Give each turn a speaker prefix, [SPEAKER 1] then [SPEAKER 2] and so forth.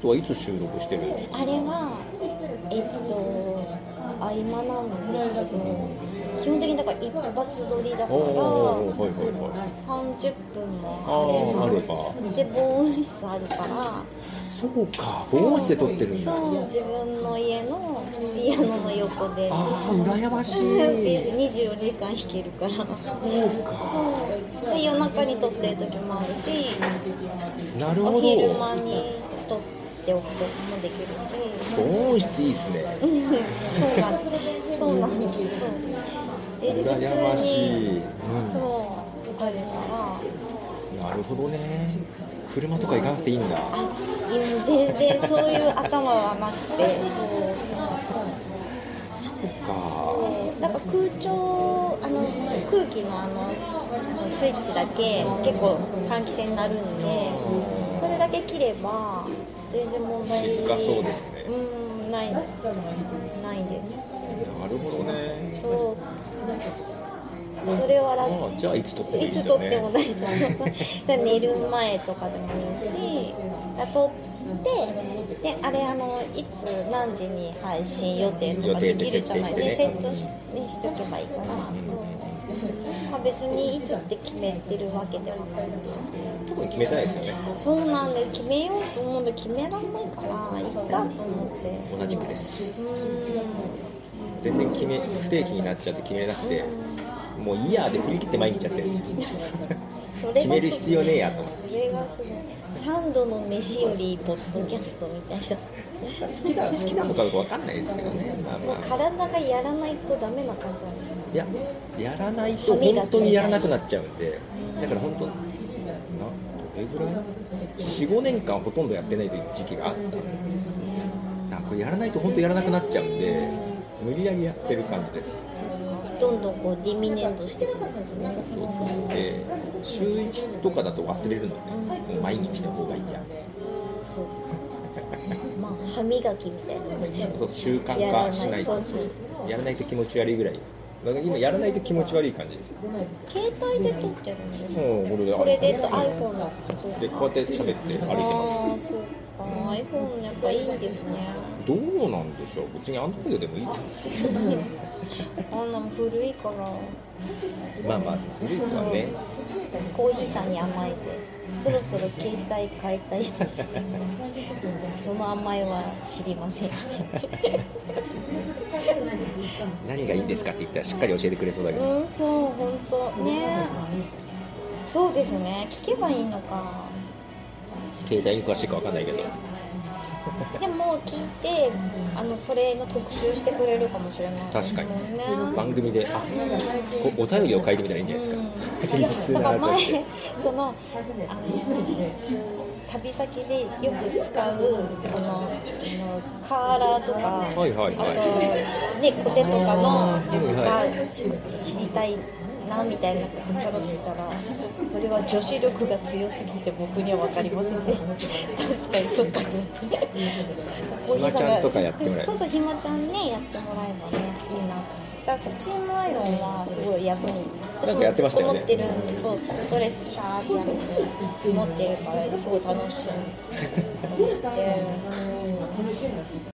[SPEAKER 1] トはいつ収録してるんですか
[SPEAKER 2] あれはえっと合間なんですけど基本的にだから一発撮りだから
[SPEAKER 1] おおはいはいはい
[SPEAKER 2] 30分
[SPEAKER 1] ああ
[SPEAKER 2] も
[SPEAKER 1] あ
[SPEAKER 2] あれ
[SPEAKER 1] る
[SPEAKER 2] ば
[SPEAKER 1] か
[SPEAKER 2] で防音室あるから
[SPEAKER 1] そうか防音室で撮ってるんだ
[SPEAKER 2] そう自分の家のピアノの横で
[SPEAKER 1] ああ羨ましい
[SPEAKER 2] 24時間弾けるからそ
[SPEAKER 1] そうか
[SPEAKER 2] うで夜中に撮ってる時もあるし
[SPEAKER 1] なる
[SPEAKER 2] お
[SPEAKER 1] ほ
[SPEAKER 2] 昼
[SPEAKER 1] ど
[SPEAKER 2] 間に撮っておくこともできるし
[SPEAKER 1] 防音室いいですね
[SPEAKER 2] うんそうなんそうなんですそうで
[SPEAKER 1] 羨ましい、う
[SPEAKER 2] そうだから
[SPEAKER 1] ん、なるほどね車とか行かなくていいんだ
[SPEAKER 2] いや全然そういう頭はなくて
[SPEAKER 1] そうか
[SPEAKER 2] そうなんか空調あの空気のあのスあのスイッチだけ結構換気扇になるんでそれだけ切れば全然問題
[SPEAKER 1] 静かそうですね
[SPEAKER 2] うんないですないです
[SPEAKER 1] なるほどね
[SPEAKER 2] そうそれは楽
[SPEAKER 1] ああじゃあいつ撮ってもいい
[SPEAKER 2] い
[SPEAKER 1] で
[SPEAKER 2] つ
[SPEAKER 1] す
[SPEAKER 2] 撮
[SPEAKER 1] よ
[SPEAKER 2] っ
[SPEAKER 1] ね
[SPEAKER 2] ても大丈夫 寝る前とかでもいいしだ撮ってであれあのいつ何時に配信予定とかできるじゃない
[SPEAKER 1] 予定って設定し
[SPEAKER 2] で
[SPEAKER 1] てね
[SPEAKER 2] 設定し,、ね、しとけばいいから、
[SPEAKER 1] うんうんうん
[SPEAKER 2] まあ、別にいつって決めてるわけではない
[SPEAKER 1] 特に決めたいですよね
[SPEAKER 2] そうなんです決めようと思うんで決められないからいいかと思って
[SPEAKER 1] 同じくです
[SPEAKER 2] う
[SPEAKER 1] 全然決め不定期になっちゃって決めれなくてもういいやで振り切って毎日やってるんですよ
[SPEAKER 2] ーんそれが
[SPEAKER 1] 決める必要ねえやと思って
[SPEAKER 2] それがすごい三度の飯よりポッドキャストみたいな
[SPEAKER 1] 好きな好きなのかどうかわかんないですけどねまあまあ
[SPEAKER 2] 体がやらないとダメな感じなんですよ
[SPEAKER 1] いややらないと本当にやらなくなっちゃうんでだから本当などれぐらい45年間ほとんどやってないという時期があったんですだからこれやらないと本当やらなくなっちゃうんで無理やりやってる感じです
[SPEAKER 2] どんどんこうディミネントしていくんですよね
[SPEAKER 1] そうそうで週1とかだと忘れるので、もう毎日の方がいいや
[SPEAKER 2] そうまあ歯磨きみたいな感じ
[SPEAKER 1] そう習慣化しない
[SPEAKER 2] やら
[SPEAKER 1] と
[SPEAKER 2] ないそうそうそう
[SPEAKER 1] やらないと気持ち悪いぐらいだから今やらないと気持ち悪い感じです
[SPEAKER 2] 携帯で撮ってるんです
[SPEAKER 1] もう俺
[SPEAKER 2] これでと iPhone のこと
[SPEAKER 1] でこうやって喋って歩いて
[SPEAKER 2] あ
[SPEAKER 1] ま
[SPEAKER 2] ーそうか iPhone やっぱいいんですね
[SPEAKER 1] すどうなんでしょう別にアンドロイドでもいいと思
[SPEAKER 2] あんなも古いから
[SPEAKER 1] うまあまあ古いからね
[SPEAKER 2] コーヒーさんに甘えてそろそろ携帯変えたいですってその甘えは知りませんって言って
[SPEAKER 1] 何がいいんですかって言ったらしっかり教えてくれそうだけど
[SPEAKER 2] うんそう本当ねそうですね聞けばいいのか
[SPEAKER 1] 携帯に詳しいかわかんないけど
[SPEAKER 2] でも聞いてあのそれの特集してくれるかもしれないです
[SPEAKER 1] 確
[SPEAKER 2] も
[SPEAKER 1] かに
[SPEAKER 2] んね
[SPEAKER 1] 番組であこお便りを書いてみたらいいんじゃないですか
[SPEAKER 2] うん
[SPEAKER 1] リス
[SPEAKER 2] だか
[SPEAKER 1] ナ
[SPEAKER 2] ら
[SPEAKER 1] ーとして
[SPEAKER 2] 前そのあの旅先でよく使うそのあのカーラーとか、
[SPEAKER 1] はいはいはい
[SPEAKER 2] あとねコテとかの
[SPEAKER 1] はい
[SPEAKER 2] が知りたいなみたいなことちょろっと言ったらそれは女子力が強すぎて僕には分かりませんね確かにそうかと思って
[SPEAKER 1] ひまちゃんとかやってもらえば
[SPEAKER 2] そうそうひまちゃんねやってもらえばねいいなだからスチームアイロンはすごい役に
[SPEAKER 1] なんかやってましたよね
[SPEAKER 2] 持ってるんでそうドレスシャーってや るんで持ってるからすごい楽しいで